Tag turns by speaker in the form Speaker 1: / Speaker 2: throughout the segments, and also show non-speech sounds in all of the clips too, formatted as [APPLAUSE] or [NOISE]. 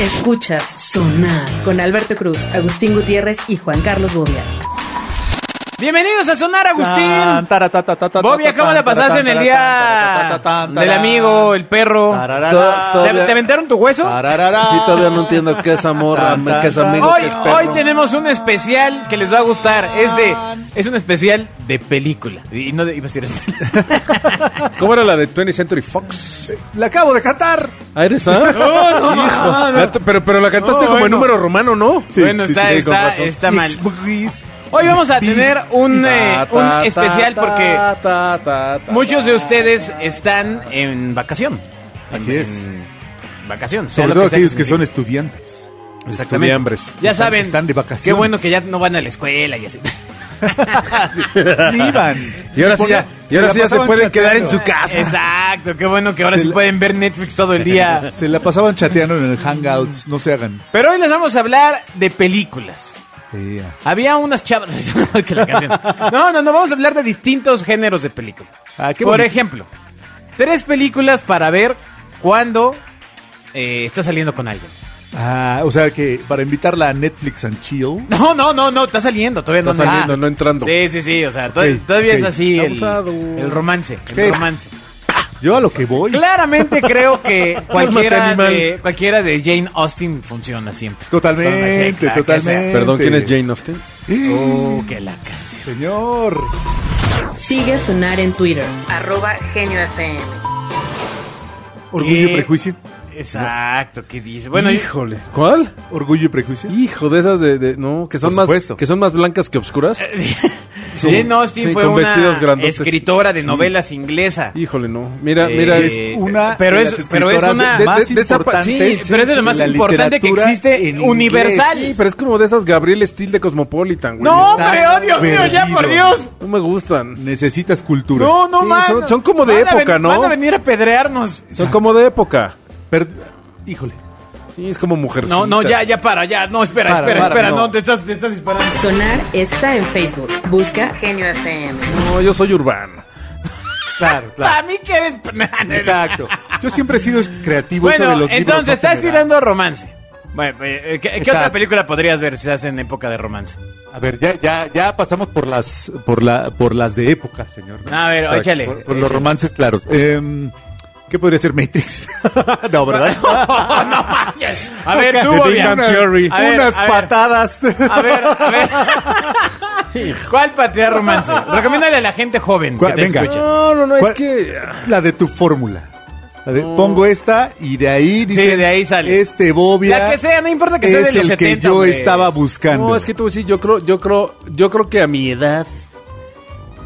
Speaker 1: Escuchas Sonar con Alberto Cruz, Agustín Gutiérrez y Juan Carlos Bobia.
Speaker 2: Bienvenidos a Sonar, Agustín. Bobby,
Speaker 3: Bobby,
Speaker 2: ¿cómo la pasaste en el día del amigo, el perro?
Speaker 3: Tararara.
Speaker 2: Todo- ¿Te, te aventaron tu hueso?
Speaker 4: Sí, todavía no entiendo qué es amor, am- qué es amigo,
Speaker 2: Hoy,
Speaker 4: qué es
Speaker 2: hoy
Speaker 4: perro.
Speaker 2: tenemos un especial que les va a gustar. Es de, es un especial de película. Y no de, iba a decir-
Speaker 4: [LAUGHS] ¿Cómo era la de 20th Century Fox?
Speaker 3: La acabo de cantar.
Speaker 4: ¿Ah, eres, ah?
Speaker 2: No, no,
Speaker 4: [LAUGHS] Hijo.
Speaker 2: no, no.
Speaker 4: La t- Pero, pero la cantaste
Speaker 2: No,
Speaker 4: como en
Speaker 2: bueno.
Speaker 4: número romano, ¿no?
Speaker 2: bueno, está,
Speaker 4: sí, con
Speaker 2: está,
Speaker 4: razón.
Speaker 2: está mal. Hoy vamos a tener un, eh,
Speaker 4: Ta, ta,
Speaker 2: un
Speaker 4: ta,
Speaker 2: especial
Speaker 4: ta,
Speaker 2: porque
Speaker 4: ta, ta, ta.
Speaker 2: muchos de ustedes están en vacación.
Speaker 3: Así
Speaker 2: En-
Speaker 3: es.
Speaker 2: en vacación. sea
Speaker 3: Sobre
Speaker 2: lo
Speaker 3: todo
Speaker 2: sea
Speaker 3: aquellos que son
Speaker 2: signifique.
Speaker 3: estudiantes.
Speaker 2: Exactamente.
Speaker 4: estudiambres.
Speaker 2: Ya
Speaker 3: Están-
Speaker 2: saben.
Speaker 3: están de
Speaker 2: Qué
Speaker 3: vacaciones.
Speaker 2: bueno que ya no van a la escuela [LAUGHS] y así. [LAUGHS]
Speaker 3: Vivan.
Speaker 4: Y ahora sí ya, y ahora
Speaker 3: la
Speaker 4: sí ya se
Speaker 3: pasaban
Speaker 4: pueden quedar en
Speaker 3: chateando.
Speaker 4: su casa.
Speaker 2: Exacto, qué bueno que ahora
Speaker 3: Se
Speaker 2: sí
Speaker 3: la-
Speaker 2: pueden ver Netflix todo el [LAUGHS] día.
Speaker 3: Se la pasaban chateando en el Hangouts. No se hagan.
Speaker 2: Pero hoy les vamos a hablar de películas.
Speaker 3: Sí, ya.
Speaker 2: Había unas chavas. [LAUGHS] que la canción. No, no, no, vamos a hablar de distintos géneros de película.
Speaker 3: Ah, qué
Speaker 2: Por
Speaker 3: bonito.
Speaker 2: ejemplo, tres películas para ver cuando eh, estás saliendo con alguien.
Speaker 3: Ah, o sea que para invitarla a Netflix and Chill.
Speaker 2: No, no, no, no, está saliendo, todavía
Speaker 4: Está
Speaker 2: no
Speaker 4: saliendo,
Speaker 2: ah.
Speaker 4: no entrando.
Speaker 2: Sí, sí, sí, o sea, to-
Speaker 3: Ok,
Speaker 2: todavía
Speaker 3: ok.
Speaker 2: es así el,
Speaker 4: Abusado.
Speaker 2: el romance, el
Speaker 3: Ok.
Speaker 2: romance.
Speaker 3: Yo a lo que voy.
Speaker 2: Claramente creo
Speaker 4: [LAUGHS]
Speaker 2: que cualquiera
Speaker 4: animal.
Speaker 2: de, cualquiera de Jane Austen funciona siempre.
Speaker 3: Totalmente,
Speaker 2: Sí, claro que
Speaker 3: totalmente.
Speaker 4: Perdón, ¿quién es Jane Austen?
Speaker 2: sea.
Speaker 3: ¡Eh!
Speaker 2: Oh, qué la canción.
Speaker 3: Señor.
Speaker 1: Sigue a Sonar en Twitter, arroba Genio FM.
Speaker 3: Orgullo
Speaker 2: ¿Qué?
Speaker 3: y prejuicio.
Speaker 2: Exacto, ¿qué dice? Bueno, yo-
Speaker 4: Híjole. ¿Cuál?
Speaker 3: Orgullo y prejuicio.
Speaker 4: Hijo de esas de, de- no, que son
Speaker 3: Por
Speaker 4: más
Speaker 3: supuesto.
Speaker 4: que son más blancas que obscuras. Sí.
Speaker 2: [LAUGHS] Jane Austen
Speaker 4: Sí,
Speaker 2: fue
Speaker 4: con
Speaker 2: una
Speaker 4: vestidos grandotes.
Speaker 2: escritora de
Speaker 4: Sí.
Speaker 2: novelas inglesa.
Speaker 4: Híjole, no. Mira,
Speaker 2: Eh,
Speaker 4: mira,
Speaker 3: es una
Speaker 2: pero
Speaker 3: de
Speaker 2: es-
Speaker 3: las
Speaker 2: pero es
Speaker 3: escritoras
Speaker 2: una-
Speaker 3: de-
Speaker 4: de-
Speaker 3: más
Speaker 4: de esa pa- sí,
Speaker 3: importantes
Speaker 2: pero es de lo más
Speaker 3: en la
Speaker 2: importante que
Speaker 3: literatura
Speaker 2: existe
Speaker 3: en
Speaker 2: universal.
Speaker 4: Sí, pero es como de esas Gabriel Steel de Cosmopolitan, güey.
Speaker 2: No,
Speaker 3: Estás
Speaker 2: hombre, oh, Dios mío, ya por
Speaker 3: perdido.
Speaker 2: Dios.
Speaker 4: No me gustan.
Speaker 3: Necesitas cultura.
Speaker 2: No, no,
Speaker 4: Sí,
Speaker 2: man.
Speaker 4: son- son como de
Speaker 2: Van a ven-
Speaker 4: época, ¿no?
Speaker 2: Van a venir a pedrearnos.
Speaker 4: Son como de época.
Speaker 3: Per- Híjole.
Speaker 4: Sí, es como mujercita.
Speaker 2: No, no, ya, ya para, ya. No, espera,
Speaker 3: Para,
Speaker 2: espera,
Speaker 3: para,
Speaker 2: espera. No,
Speaker 3: no.
Speaker 2: te, estás, te estás disparando.
Speaker 1: Sonar está en Facebook. Busca Genio FM.
Speaker 4: No, yo soy urbano.
Speaker 3: Claro,
Speaker 2: A
Speaker 3: claro.
Speaker 2: [LAUGHS] mí que eres.
Speaker 3: Exacto. Yo siempre he sido creativo. eso de
Speaker 2: Bueno,
Speaker 3: los libros
Speaker 2: entonces
Speaker 3: no se
Speaker 2: estás
Speaker 3: me da.
Speaker 2: tirando romance. Bueno, eh, ¿qué, qué otra
Speaker 3: Exacto.
Speaker 2: película podrías ver si estás en época de romance?
Speaker 3: A ver, ya, ya, ya pasamos por las, por la, por las de época, señor.
Speaker 2: A ver,
Speaker 3: Exacto,
Speaker 2: échale.
Speaker 3: Por, por los romances claros. Em, ¿Qué podría ser Matrix? [LAUGHS] no,
Speaker 2: [LAUGHS]
Speaker 3: ¿verdad?
Speaker 2: no manches. A ver,
Speaker 3: Acá
Speaker 2: tú,
Speaker 3: te
Speaker 2: Bobby.
Speaker 3: digo
Speaker 2: Una-
Speaker 3: unas-
Speaker 4: Theory.
Speaker 2: A ver,
Speaker 3: unas
Speaker 2: a ver.
Speaker 3: patadas.
Speaker 2: A ver, a ver.
Speaker 3: [LAUGHS]
Speaker 2: ¿Cuál patea romance? Recomiéndale a la gente joven que
Speaker 3: ¿Cuál?
Speaker 2: te
Speaker 3: Venga.
Speaker 2: escuche.
Speaker 4: No, no, no,
Speaker 3: [LAUGHS]
Speaker 4: es
Speaker 3: ¿Cuál?
Speaker 4: que.
Speaker 3: La de tu fórmula. La de pongo esta y de ahí dice.
Speaker 2: de ahí sale.
Speaker 3: Este bobia.
Speaker 2: La que sea, no importa que sea
Speaker 3: es
Speaker 2: de los
Speaker 3: el que
Speaker 2: 70,
Speaker 3: yo
Speaker 2: hombre.
Speaker 3: estaba buscando.
Speaker 4: No, es que tú sí, yo creo, yo creo, yo creo que a mi edad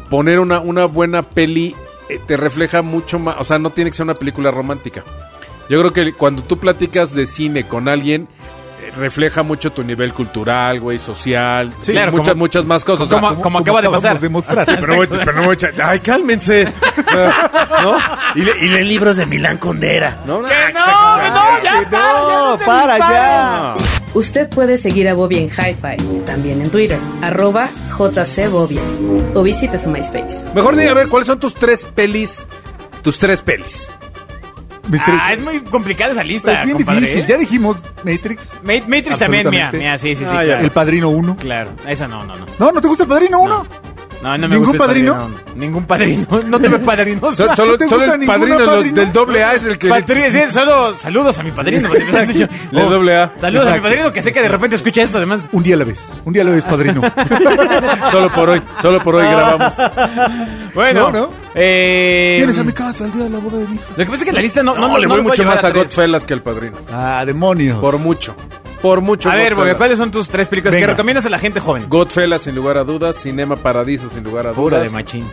Speaker 4: poner una, una buena peli eh, te refleja mucho más, o sea, no tiene que ser una película romántica. Yo creo que cuando tú platicas de cine con alguien eh, refleja mucho tu nivel cultural, güey, social,
Speaker 3: Sí,
Speaker 4: sí,
Speaker 2: claro,
Speaker 4: muchas
Speaker 2: como-
Speaker 4: muchas más cosas.
Speaker 2: como-
Speaker 4: o sea,
Speaker 2: como acaba de
Speaker 3: acabamos
Speaker 2: pasar. [LAUGHS]
Speaker 3: de mostrar.
Speaker 4: pero, güey, pero no, güey, ay, cálmense. O sea, ¿no? Y, le- y leen libros de Milán Condera. No,
Speaker 2: Que no, que no, ya,
Speaker 3: Que
Speaker 2: para, ya no
Speaker 3: no,
Speaker 2: te
Speaker 3: para
Speaker 2: dispares.
Speaker 3: ya.
Speaker 1: Usted puede seguir a Bobia en Hi-Fi, también en Twitter, arroba JCBobia. O visite su MySpace.
Speaker 4: Mejor dime, a ver, ¿cuáles son tus tres pelis? Tus tres pelis.
Speaker 3: Mister-
Speaker 2: Ah, es muy complicada esa lista,
Speaker 3: es bien
Speaker 2: compadre. ¿eh?
Speaker 3: difícil. Ya dijimos Matrix.
Speaker 2: Ma- Matrix también, mira,
Speaker 3: Absolutamente.
Speaker 2: mira, sí, sí, sí,
Speaker 4: Ah, ya.
Speaker 2: claro.
Speaker 3: El Padrino 1.
Speaker 2: Claro, esa no, no, no.
Speaker 3: No, ¿no te gusta el Padrino 1?
Speaker 2: No, no me
Speaker 3: ¿Ningún
Speaker 2: gusta el
Speaker 3: padrino?
Speaker 2: no. Ningún padrino. [LAUGHS] No te me padrinos.
Speaker 4: So-
Speaker 2: [LAUGHS]
Speaker 3: ¿No
Speaker 4: solo
Speaker 3: te
Speaker 4: solo
Speaker 3: gusta
Speaker 4: el
Speaker 3: ninguna,
Speaker 4: padrino, lo-
Speaker 3: padrino?
Speaker 4: del doble A es el que.
Speaker 2: Patri- sí, solo saludos a mi padrino. porque me has dicho-
Speaker 4: [LAUGHS]
Speaker 2: oh,
Speaker 4: Le doble A.
Speaker 2: Saludos a mi
Speaker 3: Exacto.
Speaker 2: padrino que sé que de repente escucha esto, además.
Speaker 3: Un día a la vez. Un día a
Speaker 2: [LAUGHS]
Speaker 3: la vez, Padrino.
Speaker 4: Solo por hoy, solo por
Speaker 3: Ah.
Speaker 4: hoy grabamos.
Speaker 2: Bueno,
Speaker 3: No, no.
Speaker 2: eh,
Speaker 3: Vienes a mi casa el día de la boda de mi hija.
Speaker 2: Lo que pasa es que la lista no,
Speaker 4: No,
Speaker 2: no, no
Speaker 4: le voy mucho más a
Speaker 2: God
Speaker 4: Godfellas que al padrino.
Speaker 3: Ah, demonios.
Speaker 4: Por mucho. Por mucho.
Speaker 2: A ver, Bobby,
Speaker 4: Godfellas.
Speaker 2: ¿cuáles son tus tres películas que
Speaker 3: Venga.
Speaker 2: recomiendas a la gente joven?
Speaker 4: Godfellas, sin lugar a dudas. Cinema Paradiso, sin lugar a
Speaker 2: Pura
Speaker 4: dudas.
Speaker 2: de machín. [LAUGHS]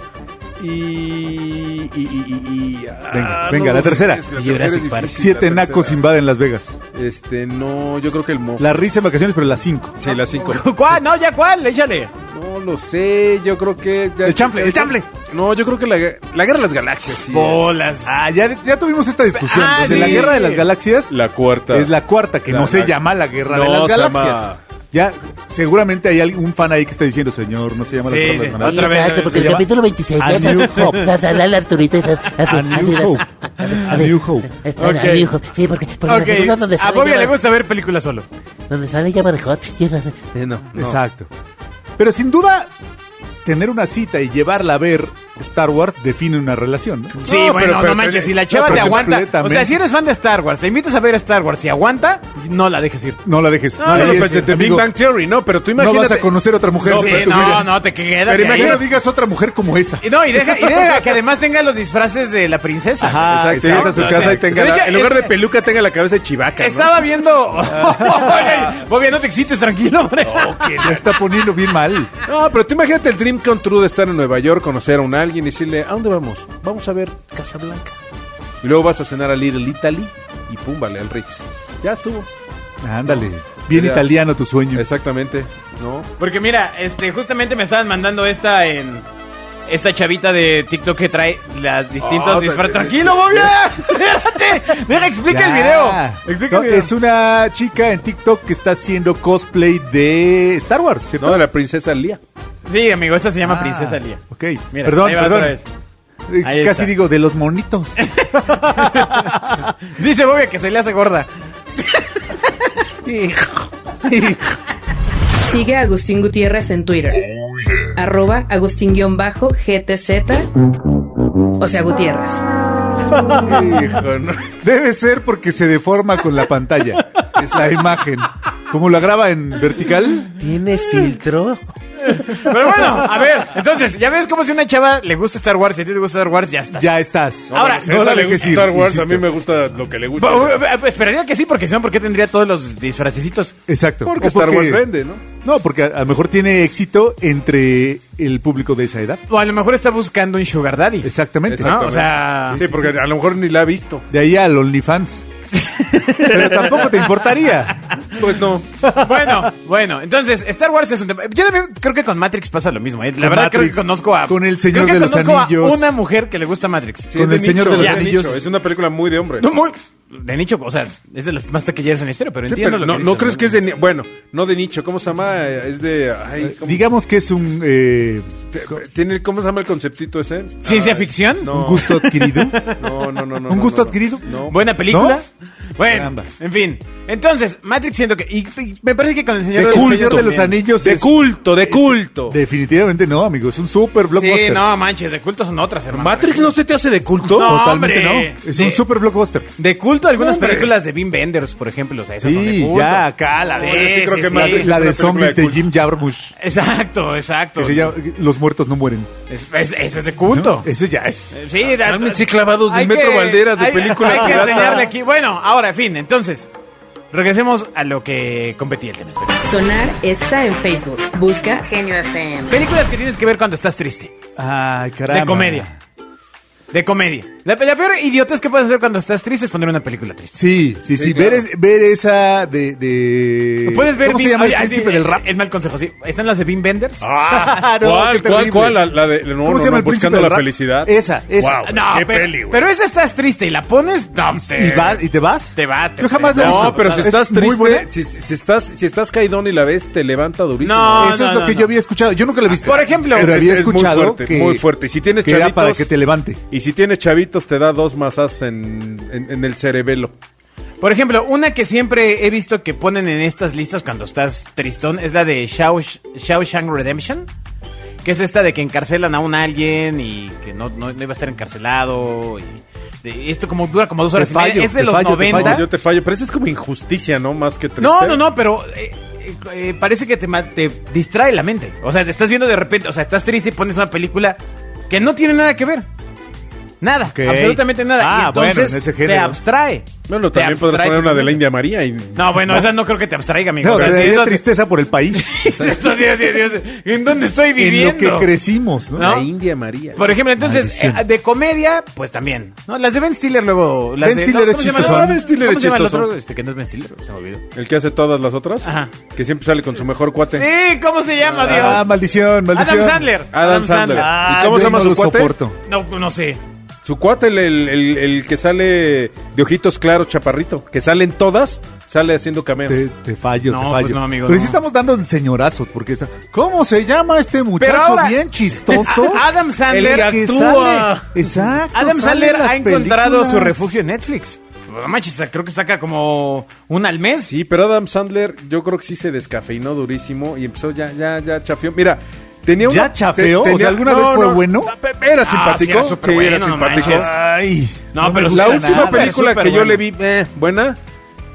Speaker 4: Y. y, y, y- y- ah,
Speaker 3: venga,
Speaker 4: no
Speaker 3: la
Speaker 4: sé,
Speaker 3: tercera.
Speaker 4: es que la
Speaker 2: Y
Speaker 4: tercera es
Speaker 2: Jurassic Park.
Speaker 4: difícil,
Speaker 3: Siete
Speaker 4: la
Speaker 3: nacos
Speaker 4: tercera.
Speaker 3: invaden Las Vegas.
Speaker 4: Este, no, yo creo que el mofo.
Speaker 3: La risa en vacaciones, pero las cinco.
Speaker 4: Sí,
Speaker 3: [LAUGHS]
Speaker 4: la cinco.
Speaker 2: ¿Cuál? No, ya cuál, échale.
Speaker 4: No lo sé, yo creo que.
Speaker 3: El chanfle, el chanfle.
Speaker 4: No, yo creo que la, la guerra de las galaxias. sí es.
Speaker 2: Bolas.
Speaker 3: Ah, ya, ya tuvimos esta discusión.
Speaker 2: Ah,
Speaker 3: Desde
Speaker 2: sí.
Speaker 3: la Guerra de las Galaxias
Speaker 4: La cuarta.
Speaker 3: es la cuarta, que
Speaker 4: La-
Speaker 3: no se
Speaker 4: la-
Speaker 3: llama la Guerra de
Speaker 4: Ah, No,
Speaker 3: las
Speaker 4: se
Speaker 3: Galaxias.
Speaker 4: llama-
Speaker 3: Ya, seguramente hay algún fan ahí que está diciendo, señor, no se llama
Speaker 2: Sí,
Speaker 3: la Guerra de
Speaker 2: sí,
Speaker 3: las Galaxias.
Speaker 2: otra vez.
Speaker 5: Exacto, porque el
Speaker 3: Se llama
Speaker 5: capítulo 26
Speaker 3: A
Speaker 5: ya
Speaker 3: New
Speaker 5: salió.
Speaker 3: Hope.
Speaker 5: Ya salió el Arturito, y esas-
Speaker 3: A
Speaker 5: así,
Speaker 3: New
Speaker 5: así,
Speaker 3: Hope. A New Hope.
Speaker 5: Espera,
Speaker 2: Ok.
Speaker 5: hijo. Sí, porque, porque la película
Speaker 2: Ok,
Speaker 5: donde
Speaker 2: a
Speaker 5: sale
Speaker 2: Bobby
Speaker 5: Jabba-
Speaker 2: le gusta ver películas solo.
Speaker 5: Donde sale Jabba the Hutt, y esa-
Speaker 4: Eh, no, no.
Speaker 3: Exacto. Pero sin duda, tener una cita y llevarla a ver Star Wars define una relación. ¿no?
Speaker 2: Sí,
Speaker 3: No,
Speaker 2: bueno,
Speaker 3: pero- pero-
Speaker 2: no manches, si la
Speaker 3: no,
Speaker 2: chava
Speaker 3: pero
Speaker 2: te aguanta. O
Speaker 3: completamente.
Speaker 2: sea, si eres fan de Star Wars, te invitas a ver Star Wars y aguanta, no la dejes ir.
Speaker 3: No la dejes.
Speaker 4: Ah, No, no, no,
Speaker 3: Ahí
Speaker 4: pero
Speaker 3: es,
Speaker 4: de- de Big
Speaker 3: amigo,
Speaker 4: Bang Theory, no, pero tú
Speaker 3: no
Speaker 4: imagínate. pues,
Speaker 3: vas a conocer otra mujer.
Speaker 2: No,
Speaker 3: en tu
Speaker 2: no,
Speaker 3: vida.
Speaker 2: no, te quedas.
Speaker 3: Pero imagina digas otra mujer como esa.
Speaker 2: Y no, y deja, y
Speaker 3: [LAUGHS]
Speaker 2: deja que además tenga los disfraces de la princesa.
Speaker 3: Ajá,
Speaker 4: Ah, Exacto, eh, llegas a su
Speaker 2: exacto.
Speaker 4: casa y
Speaker 2: Exacto.
Speaker 4: tenga
Speaker 2: De
Speaker 4: la-
Speaker 2: hecho,
Speaker 4: en lugar de
Speaker 2: es-
Speaker 4: peluca tenga la cabeza de chivaca. ¿no?
Speaker 2: Estaba viendo. [LAUGHS] Oye, Bobby, no te excites, tranquilo, hombre.
Speaker 3: La está poniendo bien mal.
Speaker 4: No, pero tú imagínate el dream come true de estar en Nueva York, conocer a un alguien y decirle, ¿a dónde vamos? Vamos a ver Casablanca. Y luego vas a cenar a Little Italy y pum, vale, al Ritz. Ya estuvo.
Speaker 3: Ándale. Bien
Speaker 4: Sería-
Speaker 3: italiano tu sueño.
Speaker 4: Exactamente, ¿no?
Speaker 2: Porque mira, este, justamente me estaban mandando esta en. Esta chavita de TikTok que trae las distintos
Speaker 4: Ah,
Speaker 2: disfraces.
Speaker 4: eh,
Speaker 2: Oh, ¡Tranquilo, Bobby! [LAUGHS] ¡Espérate! Deja, explica el video.
Speaker 3: Ya.
Speaker 2: Explica
Speaker 3: No,
Speaker 2: el video.
Speaker 3: Es una chica en TikTok que está haciendo cosplay de Star Wars, ¿cierto?
Speaker 4: No, de la princesa Lía.
Speaker 2: Sí, amigo, esta se llama
Speaker 3: Ah,
Speaker 2: Princesa Lía.
Speaker 3: Ok.
Speaker 2: Mira,
Speaker 3: perdón,
Speaker 2: ahí va
Speaker 3: perdón.
Speaker 2: otra vez.
Speaker 3: Eh,
Speaker 2: Ahí
Speaker 3: Casi
Speaker 2: está.
Speaker 3: digo, de
Speaker 2: [LAUGHS]
Speaker 3: los monitos.
Speaker 2: Dice Bobby que se le hace
Speaker 3: [LAUGHS]
Speaker 2: gorda.
Speaker 1: Sigue a Agustín Gutiérrez en Twitter. Arroba Agustín-GTZ. O sea, Gutiérrez.
Speaker 4: Hijo, [LAUGHS] no.
Speaker 3: Debe ser porque se deforma con
Speaker 2: [LAUGHS]
Speaker 3: la pantalla. Esa imagen. Como la graba en vertical.
Speaker 5: ¿Tiene filtro?
Speaker 2: Pero bueno, a ver, entonces, ya ves cómo si a una chava le gusta Star Wars y a ti te gusta Star Wars, ya estás.
Speaker 3: Ya estás.
Speaker 2: Ahora,
Speaker 4: Bueno, si
Speaker 3: no
Speaker 4: esa
Speaker 3: la
Speaker 4: le
Speaker 3: dejes
Speaker 4: gusta
Speaker 3: ir,
Speaker 4: Star Wars, a
Speaker 3: insisto.
Speaker 4: mí me gusta lo que le gusta.
Speaker 2: Bo- eh, Esperaría que sí, porque si no, ¿por qué tendría todos los disfracecitos?
Speaker 3: Exacto.
Speaker 4: Porque
Speaker 3: O
Speaker 4: Star Wars vende, ¿no?
Speaker 3: No, porque a, a lo mejor tiene éxito entre el público de esa edad.
Speaker 2: O a lo mejor está buscando un Sugar Daddy.
Speaker 3: Exactamente.
Speaker 2: Exacto. o sea-
Speaker 4: Sí, porque a lo mejor ni la ha visto.
Speaker 3: De ahí al OnlyFans. Pero tampoco te importaría.
Speaker 4: Pues no.
Speaker 2: Bueno, bueno, entonces Star Wars es un tema. Yo también creo que con Matrix pasa lo mismo. ¿eh? La
Speaker 3: Con
Speaker 2: verdad creo que
Speaker 3: Matrix,
Speaker 2: conozco a
Speaker 3: con el Señor
Speaker 2: creo que
Speaker 3: de los
Speaker 2: conozco a
Speaker 3: Anillos.
Speaker 2: una mujer que le gusta Matrix.
Speaker 4: Sí,
Speaker 3: Con
Speaker 4: es de
Speaker 3: el Señor
Speaker 4: nicho,
Speaker 3: de los
Speaker 4: es
Speaker 3: Anillos.
Speaker 4: nicho, Es una película muy de hombre.
Speaker 2: No muy de nicho, o sea, es de las más taquilleras en la historia, pero
Speaker 4: Sí,
Speaker 2: entiendo
Speaker 4: pero
Speaker 2: lo
Speaker 4: no,
Speaker 2: que
Speaker 4: no
Speaker 2: dices,
Speaker 4: crees que es de... ni- Bueno, no de nicho. ¿Cómo se llama? Eh, Es de... ay, ¿cómo,
Speaker 3: Digamos que es un, eh,
Speaker 4: tiene, ¿Cómo se llama el conceptito ese?
Speaker 2: ¿Ciencia
Speaker 4: Ah,
Speaker 2: ficción?
Speaker 4: no.
Speaker 3: un gusto adquirido.
Speaker 4: No, no, no, no.
Speaker 3: ¿Un
Speaker 4: no,
Speaker 3: gusto
Speaker 4: no,
Speaker 3: adquirido?
Speaker 4: No.
Speaker 2: Buena película. Bueno,
Speaker 3: Caramba.
Speaker 2: en fin. Entonces, Matrix siento que y, y me parece que con el Señor
Speaker 3: De
Speaker 2: de,
Speaker 3: culto.
Speaker 2: los Anillos
Speaker 3: de los
Speaker 2: también. Eh,
Speaker 3: Anillos.
Speaker 4: De
Speaker 3: es-
Speaker 4: culto, de culto.
Speaker 3: Definitivamente no, amigo. Es un super
Speaker 2: Sí,
Speaker 3: blockbuster.
Speaker 2: no manches, de culto son otras, hermano.
Speaker 4: ¿Matrix no se te hace de culto?
Speaker 2: No,
Speaker 3: Totalmente
Speaker 2: hombre.
Speaker 3: no. Es
Speaker 2: Sí.
Speaker 3: un super blockbuster.
Speaker 2: De culto algunas
Speaker 4: Hombre.
Speaker 2: películas de Wim Wenders, por ejemplo, o sea, esas son de
Speaker 3: Sí,
Speaker 2: culto.
Speaker 3: ya, acá, la-
Speaker 2: Sí,
Speaker 3: Bueno,
Speaker 4: sí creo
Speaker 2: sí,
Speaker 4: que
Speaker 2: sí.
Speaker 4: Matrix-
Speaker 3: La de
Speaker 4: Es una película
Speaker 3: zombies
Speaker 4: de
Speaker 3: de
Speaker 4: culto.
Speaker 3: Jim Jarmush.
Speaker 2: Exacto, exacto.
Speaker 3: Que se llama Los muertos no mueren.
Speaker 2: Es- es- ese es de culto.
Speaker 3: ¿No? Eso ya es.
Speaker 2: Eh, Sí, da-
Speaker 4: Cálmense, clavados de
Speaker 2: hay
Speaker 4: Metro Valderas, de
Speaker 2: hay-
Speaker 4: película
Speaker 2: Hay que
Speaker 4: pirata.
Speaker 2: enseñarle aquí. Bueno, ahora, en fin, entonces, regresemos a lo que competía el tema. espera.
Speaker 1: Sonar está en Facebook. Busca Genio FM.
Speaker 2: Películas que tienes que ver cuando estás triste.
Speaker 3: Ay, caramba.
Speaker 2: De comedia. De comedia. La, la peor idiotez que puedes hacer cuando estás triste es poner una película triste.
Speaker 3: Sí, sí, sí.
Speaker 4: Sí,
Speaker 3: ver,
Speaker 4: claro.
Speaker 3: es- ver esa de, de-
Speaker 2: Puedes ver
Speaker 3: ¿Cómo
Speaker 2: Vin-
Speaker 3: se llama el
Speaker 2: oye, ah, sí,
Speaker 3: príncipe del rap?
Speaker 2: El mal consejo, sí. ¿Están las de Bean Benders?
Speaker 3: Ah, [LAUGHS] no,
Speaker 4: ¿Cuál,
Speaker 3: qué
Speaker 4: cuál,
Speaker 3: terrible.
Speaker 4: cuál? La, la de... No,
Speaker 3: ¿Cómo
Speaker 4: no,
Speaker 3: se llama
Speaker 4: no,
Speaker 3: el príncipe
Speaker 4: Buscando
Speaker 3: del
Speaker 4: la
Speaker 3: rap?
Speaker 4: felicidad.
Speaker 3: Esa, Ah, esa.
Speaker 4: Wow.
Speaker 2: no,
Speaker 4: qué
Speaker 2: pero,
Speaker 4: peli, güey.
Speaker 2: pero esa estás triste y la pones. No, te-
Speaker 3: ¿Y, vas- y te vas?
Speaker 2: Te va, te-
Speaker 3: Yo jamás
Speaker 2: te
Speaker 3: la he
Speaker 2: va.
Speaker 3: visto.
Speaker 4: No, pero si
Speaker 3: Es
Speaker 4: estás
Speaker 3: muy
Speaker 4: triste,
Speaker 3: buena.
Speaker 4: si, si estás, si estás caidón y la ves, te levanta durísimo.
Speaker 2: No,
Speaker 3: Eso es lo que
Speaker 2: no. Ah,
Speaker 3: yo había escuchado. Yo nunca la he visto.
Speaker 2: Por ejemplo,
Speaker 3: pero
Speaker 2: es-
Speaker 3: había
Speaker 4: es muy
Speaker 3: escuchado
Speaker 4: fuerte,
Speaker 3: que,
Speaker 4: muy fuerte. Y si tienes
Speaker 3: que era
Speaker 4: chavitos-
Speaker 3: para que te levante.
Speaker 4: Y si tienes chavitos, te da dos masazos en, en, en el cerebelo.
Speaker 2: Por ejemplo, una que siempre he visto que ponen en estas listas cuando estás tristón es la de Shawsh- Shawshank Redemption. Que es esta de que encarcelan a un alguien y que no, no, no iba a estar encarcelado. Y de- esto como dura como dos horas y
Speaker 3: fallo,
Speaker 2: media. Es de
Speaker 3: te
Speaker 2: los
Speaker 3: fallo, te fallo.
Speaker 2: 90.
Speaker 4: Yo te fallo, pero eso es como injusticia, ¿no? Más que tristeza.
Speaker 2: No, no, no, pero eh, eh, eh, parece que te, ma- te distrae la mente. O sea, te estás viendo de repente, o sea, estás triste y pones una película que no tiene nada que ver. Nada,
Speaker 3: Ok.
Speaker 2: absolutamente nada.
Speaker 3: Ah,
Speaker 2: y entonces
Speaker 3: bueno, en ese
Speaker 2: te
Speaker 3: género.
Speaker 2: abstrae.
Speaker 4: Bueno,
Speaker 2: Te
Speaker 4: también podrás
Speaker 2: abstrae
Speaker 4: poner una de
Speaker 2: totalmente.
Speaker 4: la India María. Y...
Speaker 2: No, bueno, esa no creo que te abstraiga, amigo.
Speaker 3: No,
Speaker 2: O sea,
Speaker 3: te
Speaker 2: si
Speaker 3: daría
Speaker 2: eso- [LAUGHS]
Speaker 3: tristeza por el país. [LAUGHS]
Speaker 2: Esto sí, sí, sí, sí. ¿En dónde estoy
Speaker 3: en
Speaker 2: viviendo?
Speaker 3: lo que crecimos, ¿no?
Speaker 2: No.
Speaker 4: La India María.
Speaker 2: Por ejemplo, entonces,
Speaker 3: Maldición.
Speaker 2: eh, de comedia, pues también. ¿no? Las de Ben Stiller luego. Las
Speaker 3: Ben
Speaker 2: de,
Speaker 3: Stiller
Speaker 2: no,
Speaker 3: es
Speaker 2: ¿cómo se llama?
Speaker 3: chistosón.
Speaker 2: No, Ben Stiller es
Speaker 4: ¿Cómo se llama el
Speaker 2: chistosón.
Speaker 4: otro?
Speaker 2: Este que no es Ben Stiller, se me olvidó.
Speaker 4: El que hace todas las otras.
Speaker 2: Ajá.
Speaker 4: Que siempre sale con su mejor cuate.
Speaker 2: Sí, ¿cómo se llama, Dios?
Speaker 3: Ah, maldición, maldición.
Speaker 2: Adam Sandler.
Speaker 4: Adam Sandler.
Speaker 3: Ah,
Speaker 4: ¿Y cómo
Speaker 3: yo
Speaker 4: se llama
Speaker 3: no
Speaker 4: su
Speaker 3: lo
Speaker 4: cuate?
Speaker 3: soporto.
Speaker 2: No, no sé.
Speaker 4: Su cuate, el, el- el- el que sale de ojitos claros, chaparrito, que salen todas, sale haciendo cameos.
Speaker 3: Te, te fallo,
Speaker 2: No,
Speaker 3: te
Speaker 2: pues
Speaker 3: fallo.
Speaker 2: no, amigo,
Speaker 3: Pero
Speaker 2: no.
Speaker 3: sí estamos dando el señorazo, porque está. ¿Cómo se llama este muchacho
Speaker 2: Pero ahora- [LAUGHS]
Speaker 3: bien chistoso?
Speaker 2: Adam Sandler
Speaker 3: que
Speaker 2: actúa.
Speaker 3: sale- Exacto.
Speaker 2: Adam
Speaker 3: sale en
Speaker 2: Sandler
Speaker 3: las
Speaker 2: ha encontrado
Speaker 3: películas.
Speaker 2: su refugio en Netflix. No manches, creo que saca como un al mes.
Speaker 4: Sí, pero Adam Sandler yo creo que sí se descafeinó durísimo y empezó ya, ya, ya chafió. Mira, tenía una...
Speaker 3: ¿Ya chafeó?
Speaker 4: te-
Speaker 3: O sea, ¿alguna vez fue bueno?
Speaker 4: Era
Speaker 2: Ah, sí,
Speaker 4: simpático.
Speaker 2: era súper
Speaker 4: sí,
Speaker 2: bueno, no
Speaker 4: simpático.
Speaker 2: manches.
Speaker 3: Ay.
Speaker 2: No,
Speaker 3: me
Speaker 2: pero
Speaker 3: gusta
Speaker 4: La
Speaker 2: Súper
Speaker 4: última
Speaker 2: nada,
Speaker 4: película
Speaker 2: súper
Speaker 4: que yo
Speaker 2: bueno.
Speaker 4: le vi eh, buena